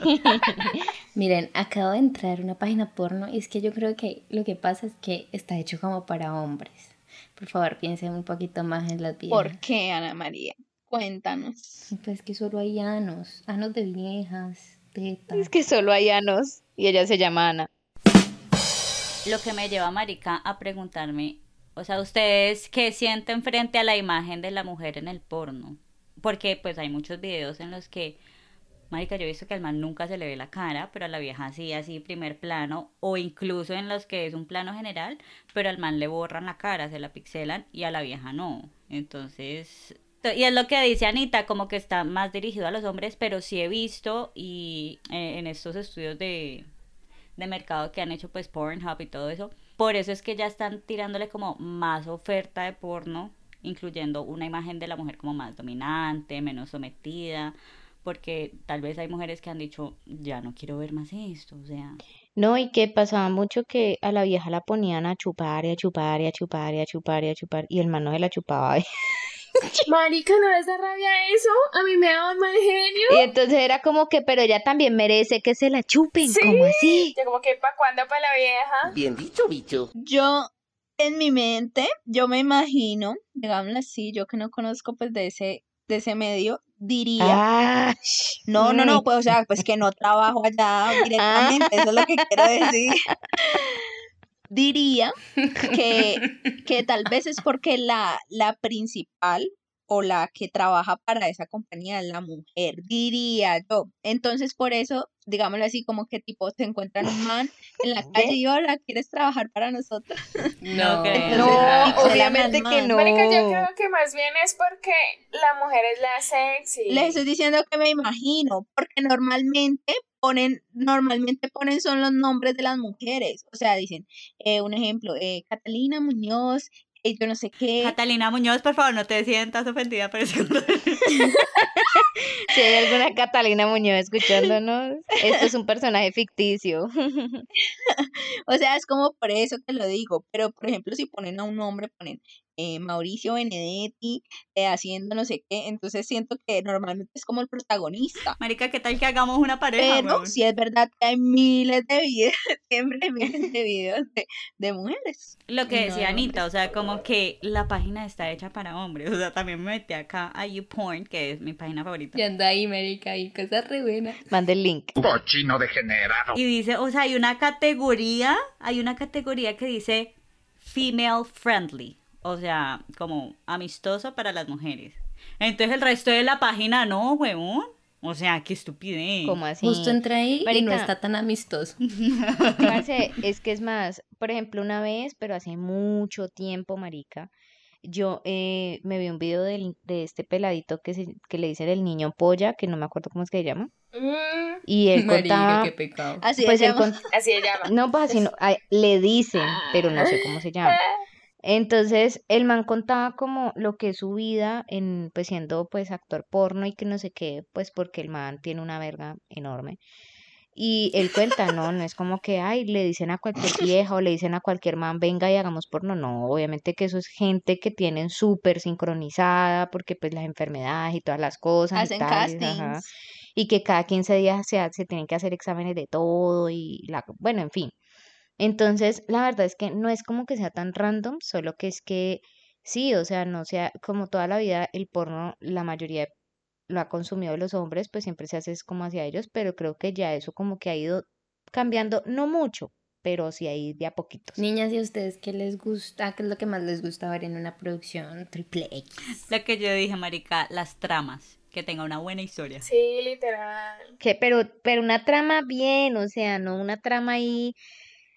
[SPEAKER 1] Miren, acabo de entrar a una página porno y es que yo creo que lo que pasa es que está hecho como para hombres. Por favor, piensen un poquito más en las viejas.
[SPEAKER 4] ¿Por qué, Ana María? Cuéntanos.
[SPEAKER 1] Pues que solo hay anos, anos de viejas, tetas.
[SPEAKER 5] Es que solo hay anos y ella se llama Ana.
[SPEAKER 2] Lo que me lleva, Marica, a preguntarme, o sea, ¿ustedes qué sienten frente a la imagen de la mujer en el porno? Porque pues hay muchos videos en los que, Marica, yo he visto que al man nunca se le ve la cara, pero a la vieja sí, así, primer plano, o incluso en los que es un plano general, pero al man le borran la cara, se la pixelan y a la vieja no. Entonces, to- y es lo que dice Anita, como que está más dirigido a los hombres, pero sí he visto y eh, en estos estudios de, de mercado que han hecho pues Pornhub y todo eso. Por eso es que ya están tirándole como más oferta de porno, incluyendo una imagen de la mujer como más dominante, menos sometida, porque tal vez hay mujeres que han dicho, ya no quiero ver más esto, o sea,
[SPEAKER 5] No, y que pasaba mucho que a la vieja la ponían a chupar y a chupar y a chupar y a chupar y a chupar y el man no se la chupaba. *laughs* Y
[SPEAKER 6] Marica, ¿no les da rabia eso? A mí me da un mal genio.
[SPEAKER 5] entonces era como que, pero ella también merece que se la chupen, como así.
[SPEAKER 6] Yo como que, ¿pa' cuándo pa' la vieja?
[SPEAKER 4] Bien dicho, bicho. Yo, en mi mente, yo me imagino, digámoslo así, yo que no conozco pues de ese, de ese medio, diría.
[SPEAKER 5] Ah,
[SPEAKER 4] no, no, no,
[SPEAKER 5] mm.
[SPEAKER 4] pues o sea, pues que no trabajo allá directamente, eso es lo que quiero decir. Diría que, que tal vez es porque la, la principal o la que trabaja para esa compañía es la mujer, diría yo. Entonces, por eso, digámoslo así, como que tipo se encuentran un man en la calle y hola, ¿quieres trabajar para nosotros?
[SPEAKER 2] No,
[SPEAKER 4] creo. No,
[SPEAKER 5] *laughs*
[SPEAKER 4] obviamente que no.
[SPEAKER 6] Marica, yo creo que más bien es porque la mujer es la sexy.
[SPEAKER 4] Les estoy diciendo que me imagino, porque normalmente ponen, normalmente ponen son los nombres de las mujeres. O sea, dicen, eh, un ejemplo, eh, Catalina Muñoz, eh, yo no sé qué.
[SPEAKER 2] *laughs* Catalina Muñoz, por favor, no te sientas ofendida por ese comentario.
[SPEAKER 5] Si hay alguna Catalina Muñoz
[SPEAKER 6] *laughs*
[SPEAKER 5] escuchándonos, esto es un personaje ficticio.
[SPEAKER 4] o sea, es como por eso te lo digo. Pero, por ejemplo, si ponen a un hombre, ponen eh, Mauricio Benedetti eh, haciendo no sé qué, entonces siento que normalmente es como el protagonista.
[SPEAKER 2] Marica, ¿qué tal que hagamos una pareja?
[SPEAKER 4] Pero
[SPEAKER 2] weón?
[SPEAKER 4] si es verdad que hay miles de videos, *laughs* siempre hay miles de videos de, de mujeres.
[SPEAKER 2] Lo
[SPEAKER 4] No pues,
[SPEAKER 2] que decía
[SPEAKER 4] de
[SPEAKER 2] Anita, o
[SPEAKER 4] hombres.
[SPEAKER 2] sea, como que la página está hecha para hombres. O sea, también me metí acá a YouPorn, que es mi página favorita.
[SPEAKER 1] Y anda ahí, marica, y cosas re buenas.
[SPEAKER 5] Mande el link.
[SPEAKER 14] Cochino degenerado.
[SPEAKER 2] Y dice, o sea, hay una categoría, hay una categoría que dice female friendly, o sea, como amistoso para las mujeres. Entonces el resto de la página no, huevón. O sea, qué estupidez.
[SPEAKER 5] ¿Cómo así?
[SPEAKER 1] Justo entra ahí y no
[SPEAKER 5] Marica.
[SPEAKER 1] está tan amistoso.
[SPEAKER 5] Parce, es que es más, por ejemplo, una vez, pero hace mucho tiempo, marica, yo eh, me vi un video del- de este peladito que, se- que le dicen el niño polla, que no me acuerdo cómo es que se llama, y
[SPEAKER 1] *laughs*
[SPEAKER 5] él
[SPEAKER 1] Marica,
[SPEAKER 5] contaba,
[SPEAKER 1] qué pecado.
[SPEAKER 4] Así
[SPEAKER 5] pues
[SPEAKER 4] se
[SPEAKER 5] él
[SPEAKER 4] llama.
[SPEAKER 5] con-
[SPEAKER 6] Mm, Así se llama.
[SPEAKER 5] no, pues así no, ay, le dicen, pero no sé cómo se llama.
[SPEAKER 4] Ah.
[SPEAKER 5] Entonces, el man contaba como lo que es su vida en, pues siendo pues actor porno y que no sé qué, pues porque el man tiene una verga enorme. Y él cuenta, no, no es como que, ay, le dicen a cualquier vieja o le dicen a cualquier man, venga y hagamos porno. No, obviamente que eso es gente que tienen súper sincronizada porque pues las enfermedades y todas las cosas y
[SPEAKER 4] Hacen
[SPEAKER 5] tales, ajá.
[SPEAKER 4] castings.
[SPEAKER 5] Y que cada 15 días se, ha- se tienen que hacer exámenes de todo y la, bueno, en fin. Entonces, la verdad es que no es como que sea tan random, solo que es que sí, o sea, no sea como toda la vida el porno, la mayoría lo ha consumido los hombres, pues siempre se hace es como hacia ellos, pero creo que ya eso como que ha ido cambiando, no mucho, pero sí ahí de a poquitos.
[SPEAKER 1] Niñas, ¿y a ustedes qué les gusta? ¿Qué es lo que más les gusta ver en una producción triple X?
[SPEAKER 2] Lo que yo dije, marica, las tramas, que tenga una buena historia.
[SPEAKER 6] Sí, literal.
[SPEAKER 5] Que, pero, pero una trama bien, o sea, no una trama ahí,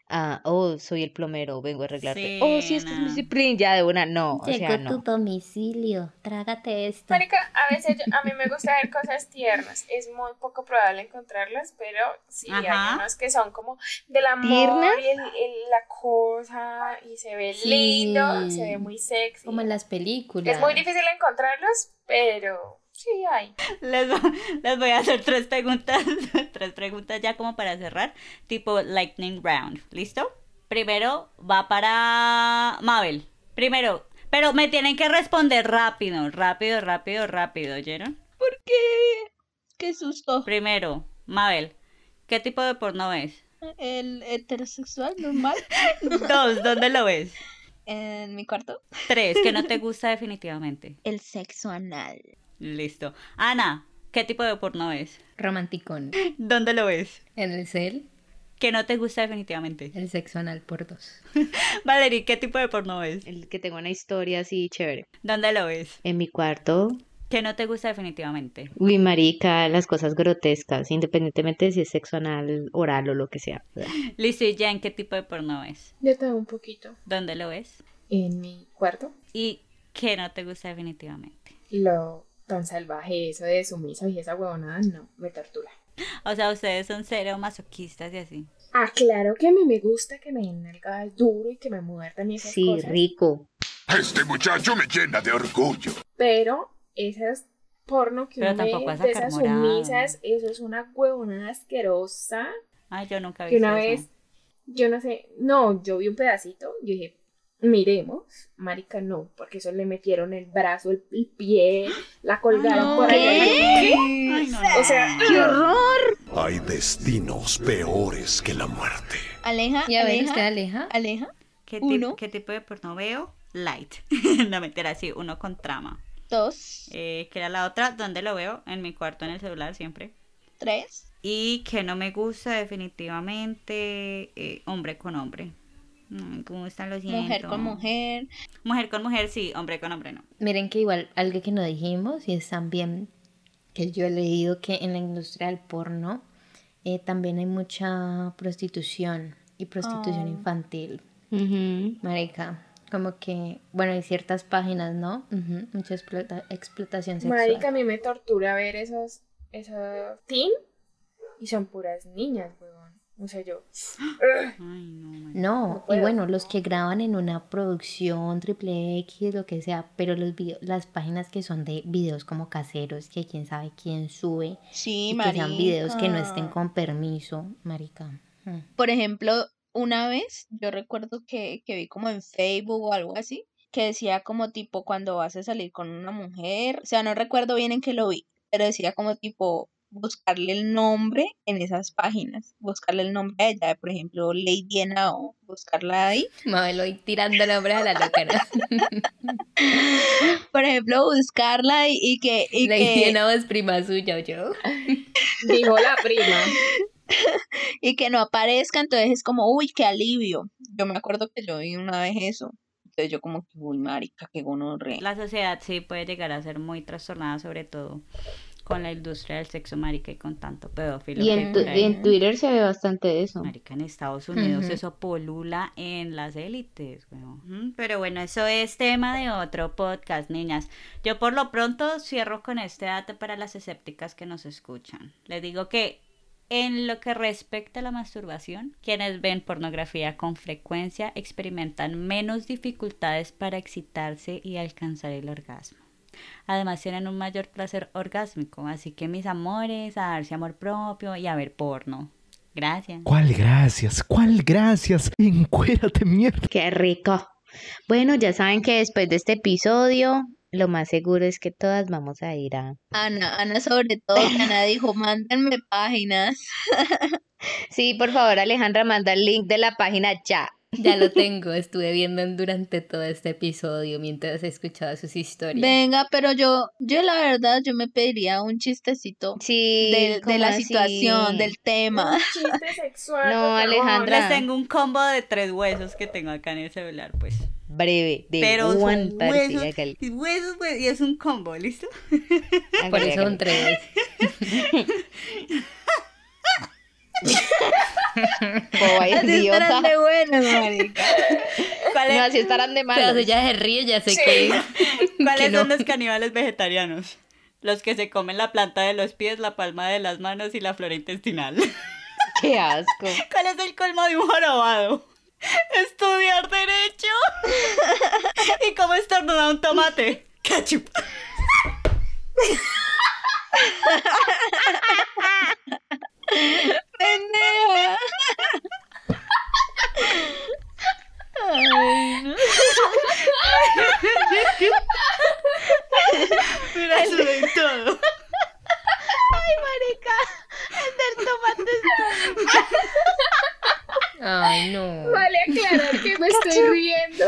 [SPEAKER 5] ah, oh, soy el plomero, vengo a arreglarte. Oh, sí, este es mi
[SPEAKER 2] Sí, no.
[SPEAKER 5] disciplina, ya de una, no, o sea, no.
[SPEAKER 1] domicilio, trágate esto.
[SPEAKER 6] Marica, a veces yo- a mí me gusta ver cosas tiernas. Es muy poco probable encontrarlas, pero sí
[SPEAKER 2] Ajá.
[SPEAKER 6] hay unos que son como del amor
[SPEAKER 5] ¿Tiernas?
[SPEAKER 6] y el- el- la cosa y se ve
[SPEAKER 1] Sí.
[SPEAKER 6] lindo, se ve muy sexy.
[SPEAKER 1] Como en las películas.
[SPEAKER 6] Es muy difícil encontrarlos, pero sí hay.
[SPEAKER 2] Les, vo- *laughs* les voy a hacer tres preguntas, *laughs* tres preguntas ya como para cerrar, tipo lightning round, ¿listo? Primero va para Mabel. Primero, pero me tienen que responder rápido, rápido, rápido, rápido, ¿oyeron?
[SPEAKER 4] ¿Por qué? Qué susto.
[SPEAKER 2] Primero, Mabel, ¿qué tipo de porno *laughs* ves?
[SPEAKER 4] El heterosexual normal
[SPEAKER 2] Dos, ¿dónde lo ves?
[SPEAKER 4] en mi cuarto.
[SPEAKER 2] Tres, que no te gusta definitivamente.
[SPEAKER 4] El sexo anal.
[SPEAKER 2] Listo. Ana, ¿qué tipo de porno ves?
[SPEAKER 1] Romanticón.
[SPEAKER 2] ¿Dónde lo ves?
[SPEAKER 1] En el cel,
[SPEAKER 2] Que no te gusta definitivamente.
[SPEAKER 1] el sexo anal por dos.
[SPEAKER 2] Valerie, ¿qué tipo de porno ves?
[SPEAKER 5] El que tenga una historia así chévere.
[SPEAKER 2] ¿Dónde lo ves?
[SPEAKER 5] En mi cuarto,
[SPEAKER 2] Que no te gusta definitivamente. *laughs*
[SPEAKER 5] Uy, marica, las cosas grotescas, independientemente de si es sexo anal, oral o lo que sea.
[SPEAKER 2] Listo, y Jan, ¿qué tipo de porno ves?
[SPEAKER 6] Yo tengo un poquito.
[SPEAKER 2] ¿Dónde lo ves?
[SPEAKER 6] En mi cuarto,
[SPEAKER 2] Y que no te gusta definitivamente.
[SPEAKER 6] lo tan salvaje, eso de sumisa y esa huevonada, no, me tortura.
[SPEAKER 2] O sea, ustedes son cero masoquistas y así.
[SPEAKER 6] Ah, claro que a mí me gusta que me den nalgadas duro y que me muerdan y esas
[SPEAKER 5] Sí,
[SPEAKER 6] cosas.
[SPEAKER 5] rico.
[SPEAKER 11] Este muchacho me llena de orgullo.
[SPEAKER 6] Pero esas porno que
[SPEAKER 2] Pero
[SPEAKER 6] uno
[SPEAKER 2] tampoco
[SPEAKER 6] ve
[SPEAKER 2] vas a
[SPEAKER 6] de esas
[SPEAKER 2] sacar morado.
[SPEAKER 6] sumisas, eso es una huevonada asquerosa.
[SPEAKER 2] Ah, yo nunca he
[SPEAKER 6] Que
[SPEAKER 2] visto
[SPEAKER 6] una
[SPEAKER 2] eso.
[SPEAKER 6] vez, yo no sé, no, yo vi un pedacito, yo dije, miremos, marica, no, porque eso le metieron el brazo, el, el pie, la colgaron
[SPEAKER 2] no.
[SPEAKER 6] por ahí.
[SPEAKER 2] ¿Qué? Ay, Ah, no, no.
[SPEAKER 6] O sea,
[SPEAKER 11] *laughs* Hay destinos peores que la muerte.
[SPEAKER 4] Aleja,
[SPEAKER 1] Y a ver,
[SPEAKER 4] aleja,
[SPEAKER 1] ¿usted aleja?
[SPEAKER 4] aleja.
[SPEAKER 2] ¿Qué,
[SPEAKER 4] uno.
[SPEAKER 2] tip- qué tipo de porno veo? Light. *laughs* no mentira, sí, uno con trama.
[SPEAKER 4] Dos,
[SPEAKER 2] Eh, que era la otra, ¿dónde lo veo? En mi cuarto, en el celular siempre.
[SPEAKER 4] tres.
[SPEAKER 2] Y que no me gusta definitivamente eh, hombre con hombre. Mm, No me gustan los
[SPEAKER 4] Mujer con mujer.
[SPEAKER 2] Mujer con mujer sí, hombre con hombre no.
[SPEAKER 1] Miren que igual algo que no dijimos y es también que yo he leído que en la industria del porno eh, también hay mucha prostitución y prostitución
[SPEAKER 4] Oh.
[SPEAKER 1] infantil. Marica, como que, bueno, hay ciertas páginas, ¿no? Ujú, Mucha explota- explotación sexual.
[SPEAKER 6] marica, a mí me tortura ver esos, esos teen y son puras niñas, huevón. O sea, yo.
[SPEAKER 1] No, y bueno, los que graban en una producción triple X, lo que sea, pero los video- las páginas que son de videos como caseros, que quién sabe quién sube,
[SPEAKER 4] Sí,
[SPEAKER 1] y que
[SPEAKER 4] marica.
[SPEAKER 1] sean videos que no estén con permiso, marica. Mm.
[SPEAKER 4] Por ejemplo, una vez yo recuerdo que, que vi como en Facebook o algo así, que decía como tipo cuando vas a salir con una mujer, o sea, no recuerdo bien en qué lo vi, pero decía como tipo buscarle el nombre en esas páginas, buscarle el nombre a ella, por ejemplo, Lady Ena o buscarla ahí.
[SPEAKER 1] Mabel hoy tirando nombres a la loca. *laughs* ¿no?
[SPEAKER 4] Por ejemplo, buscarla y, y que... Y
[SPEAKER 1] La
[SPEAKER 4] que...
[SPEAKER 1] hiena es prima suya, yo.
[SPEAKER 6] *laughs* Dijo la prima.
[SPEAKER 4] y que no aparezca, entonces es como, uy, qué alivio. Yo me acuerdo que yo vi una vez eso. Entonces yo como que, uy, marica, qué gonorrea.
[SPEAKER 2] La sociedad sí puede llegar a ser muy trastornada, sobre todo con la industria del sexo marica y con tanto pedófilo.
[SPEAKER 5] Y
[SPEAKER 2] que
[SPEAKER 5] en, tu-
[SPEAKER 2] por ahí.
[SPEAKER 5] y en Twitter se ve bastante de eso.
[SPEAKER 2] Marica, en Estados Unidos
[SPEAKER 5] Ujú.
[SPEAKER 2] eso polula en las élites, weón. Ujú, Pero bueno, eso es tema de otro podcast, niñas. Yo por lo pronto cierro con este dato para las escépticas que nos escuchan. Les digo que en lo que respecta a la masturbación, quienes ven pornografía con frecuencia experimentan menos dificultades para excitarse y alcanzar el orgasmo. Además tienen un mayor placer orgásmico, así que mis amores, a darse amor propio y a ver porno. Gracias.
[SPEAKER 19] ¿Cuál gracias? ¿Cuál gracias? Encuérate, mierda.
[SPEAKER 5] Qué rico. Bueno, ya saben que después de este episodio, lo más seguro es que todas vamos a ir a...
[SPEAKER 4] Ana, Ana sobre todo, que Ana dijo, mándenme páginas.
[SPEAKER 5] Sí, por favor, Alejandra, manda el link de la página ya.
[SPEAKER 1] Ya lo tengo, estuve viendo durante todo este episodio mientras escuchaba sus historias.
[SPEAKER 4] Venga, pero yo, yo la verdad, yo me pediría un chistecito del- de,
[SPEAKER 5] ¿cómo
[SPEAKER 4] la
[SPEAKER 5] así?
[SPEAKER 4] situación, del tema.
[SPEAKER 6] Chiste sexual.
[SPEAKER 5] No,
[SPEAKER 6] por favor.
[SPEAKER 5] Alejandra.
[SPEAKER 2] Les tengo un combo de tres huesos que tengo acá en el celular, pues.
[SPEAKER 5] Breve, de
[SPEAKER 2] Pero son
[SPEAKER 5] one parte.
[SPEAKER 2] huesos,
[SPEAKER 5] hágale,
[SPEAKER 2] *laughs* y huesos, pues, y es un combo, ¿listo?
[SPEAKER 1] Por
[SPEAKER 5] hágale,
[SPEAKER 1] eso son
[SPEAKER 5] hágale.
[SPEAKER 1] *laughs* tres.
[SPEAKER 4] *laughs*
[SPEAKER 5] Boba idiota.
[SPEAKER 4] de buenas, marica.
[SPEAKER 2] ¿Cuál es-
[SPEAKER 5] *laughs* No, así estarán de
[SPEAKER 1] Pero si
[SPEAKER 5] malos.
[SPEAKER 1] ella se ríe, ya sé
[SPEAKER 2] Sí.
[SPEAKER 1] que...
[SPEAKER 2] ¿Cuáles
[SPEAKER 1] que no.
[SPEAKER 2] son los caníbales vegetarianos? Los que se comen la planta de los pies, la palma de las manos y la flora intestinal. *laughs*
[SPEAKER 5] Qué asco.
[SPEAKER 2] ¿Cuál es el colmo de un jorobado? Estudiar derecho. ¿Y cómo estornuda un tomate? Ketchup.
[SPEAKER 4] Pendeja. Ay, no.
[SPEAKER 2] Mira, eso de todo.
[SPEAKER 1] Ay, no. *laughs*
[SPEAKER 6] Vale aclarar que me estoy riendo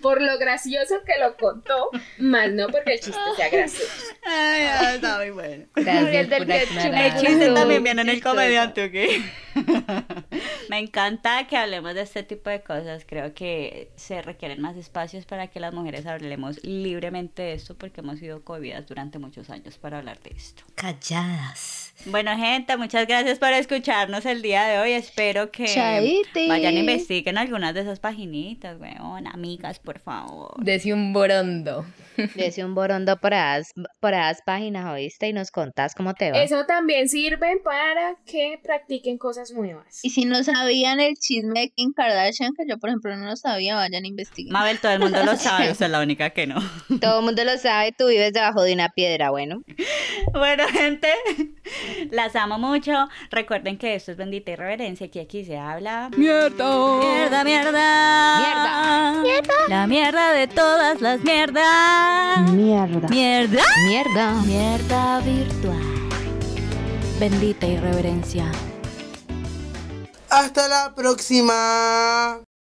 [SPEAKER 6] por lo gracioso que lo contó, más no porque el chiste sea gracioso.
[SPEAKER 2] Ay, ah, está muy bueno.
[SPEAKER 1] Gracias por
[SPEAKER 2] El
[SPEAKER 1] aclarar.
[SPEAKER 2] chiste también viene en el comediante, ¿ok? *laughs* Me encanta que hablemos de este tipo de cosas. Creo que se requieren más espacios para que las mujeres hablemos libremente de esto porque hemos sido cohibidas durante muchos años para hablar de esto.
[SPEAKER 1] Calladas.
[SPEAKER 2] Bueno, gente, muchas gracias por escucharnos el día de hoy. Espero que
[SPEAKER 1] Chaitis.
[SPEAKER 2] vayan e investiguen algunas de esas paginitas, weón. Amigas, por favor.
[SPEAKER 1] Dese un borondo.
[SPEAKER 5] Dese un borondo por las, por las páginas, ¿oíste? Y nos contás cómo te va.
[SPEAKER 6] Eso también sirve para que practiquen cosas nuevas.
[SPEAKER 4] Y si no sabían el chisme de Kim Kardashian, que yo por ejemplo no lo sabía, vayan a investigar.
[SPEAKER 2] Mabel, todo el mundo lo sabe, usted es la única que no.
[SPEAKER 5] Todo el mundo lo sabe, tú vives debajo de una piedra, bueno.
[SPEAKER 2] *laughs* Bueno, gente, las amo mucho. Recuerden que esto es Bendita Irreverencia, que aquí se habla...
[SPEAKER 13] ¡Mierda!
[SPEAKER 2] Mierda, mierda.
[SPEAKER 5] Mierda.
[SPEAKER 2] La mierda de todas las mierdas.
[SPEAKER 3] Mierda.
[SPEAKER 2] Mierda.
[SPEAKER 5] Mierda.
[SPEAKER 2] Mierda virtual. Bendita Irreverencia.
[SPEAKER 20] Hasta la próxima.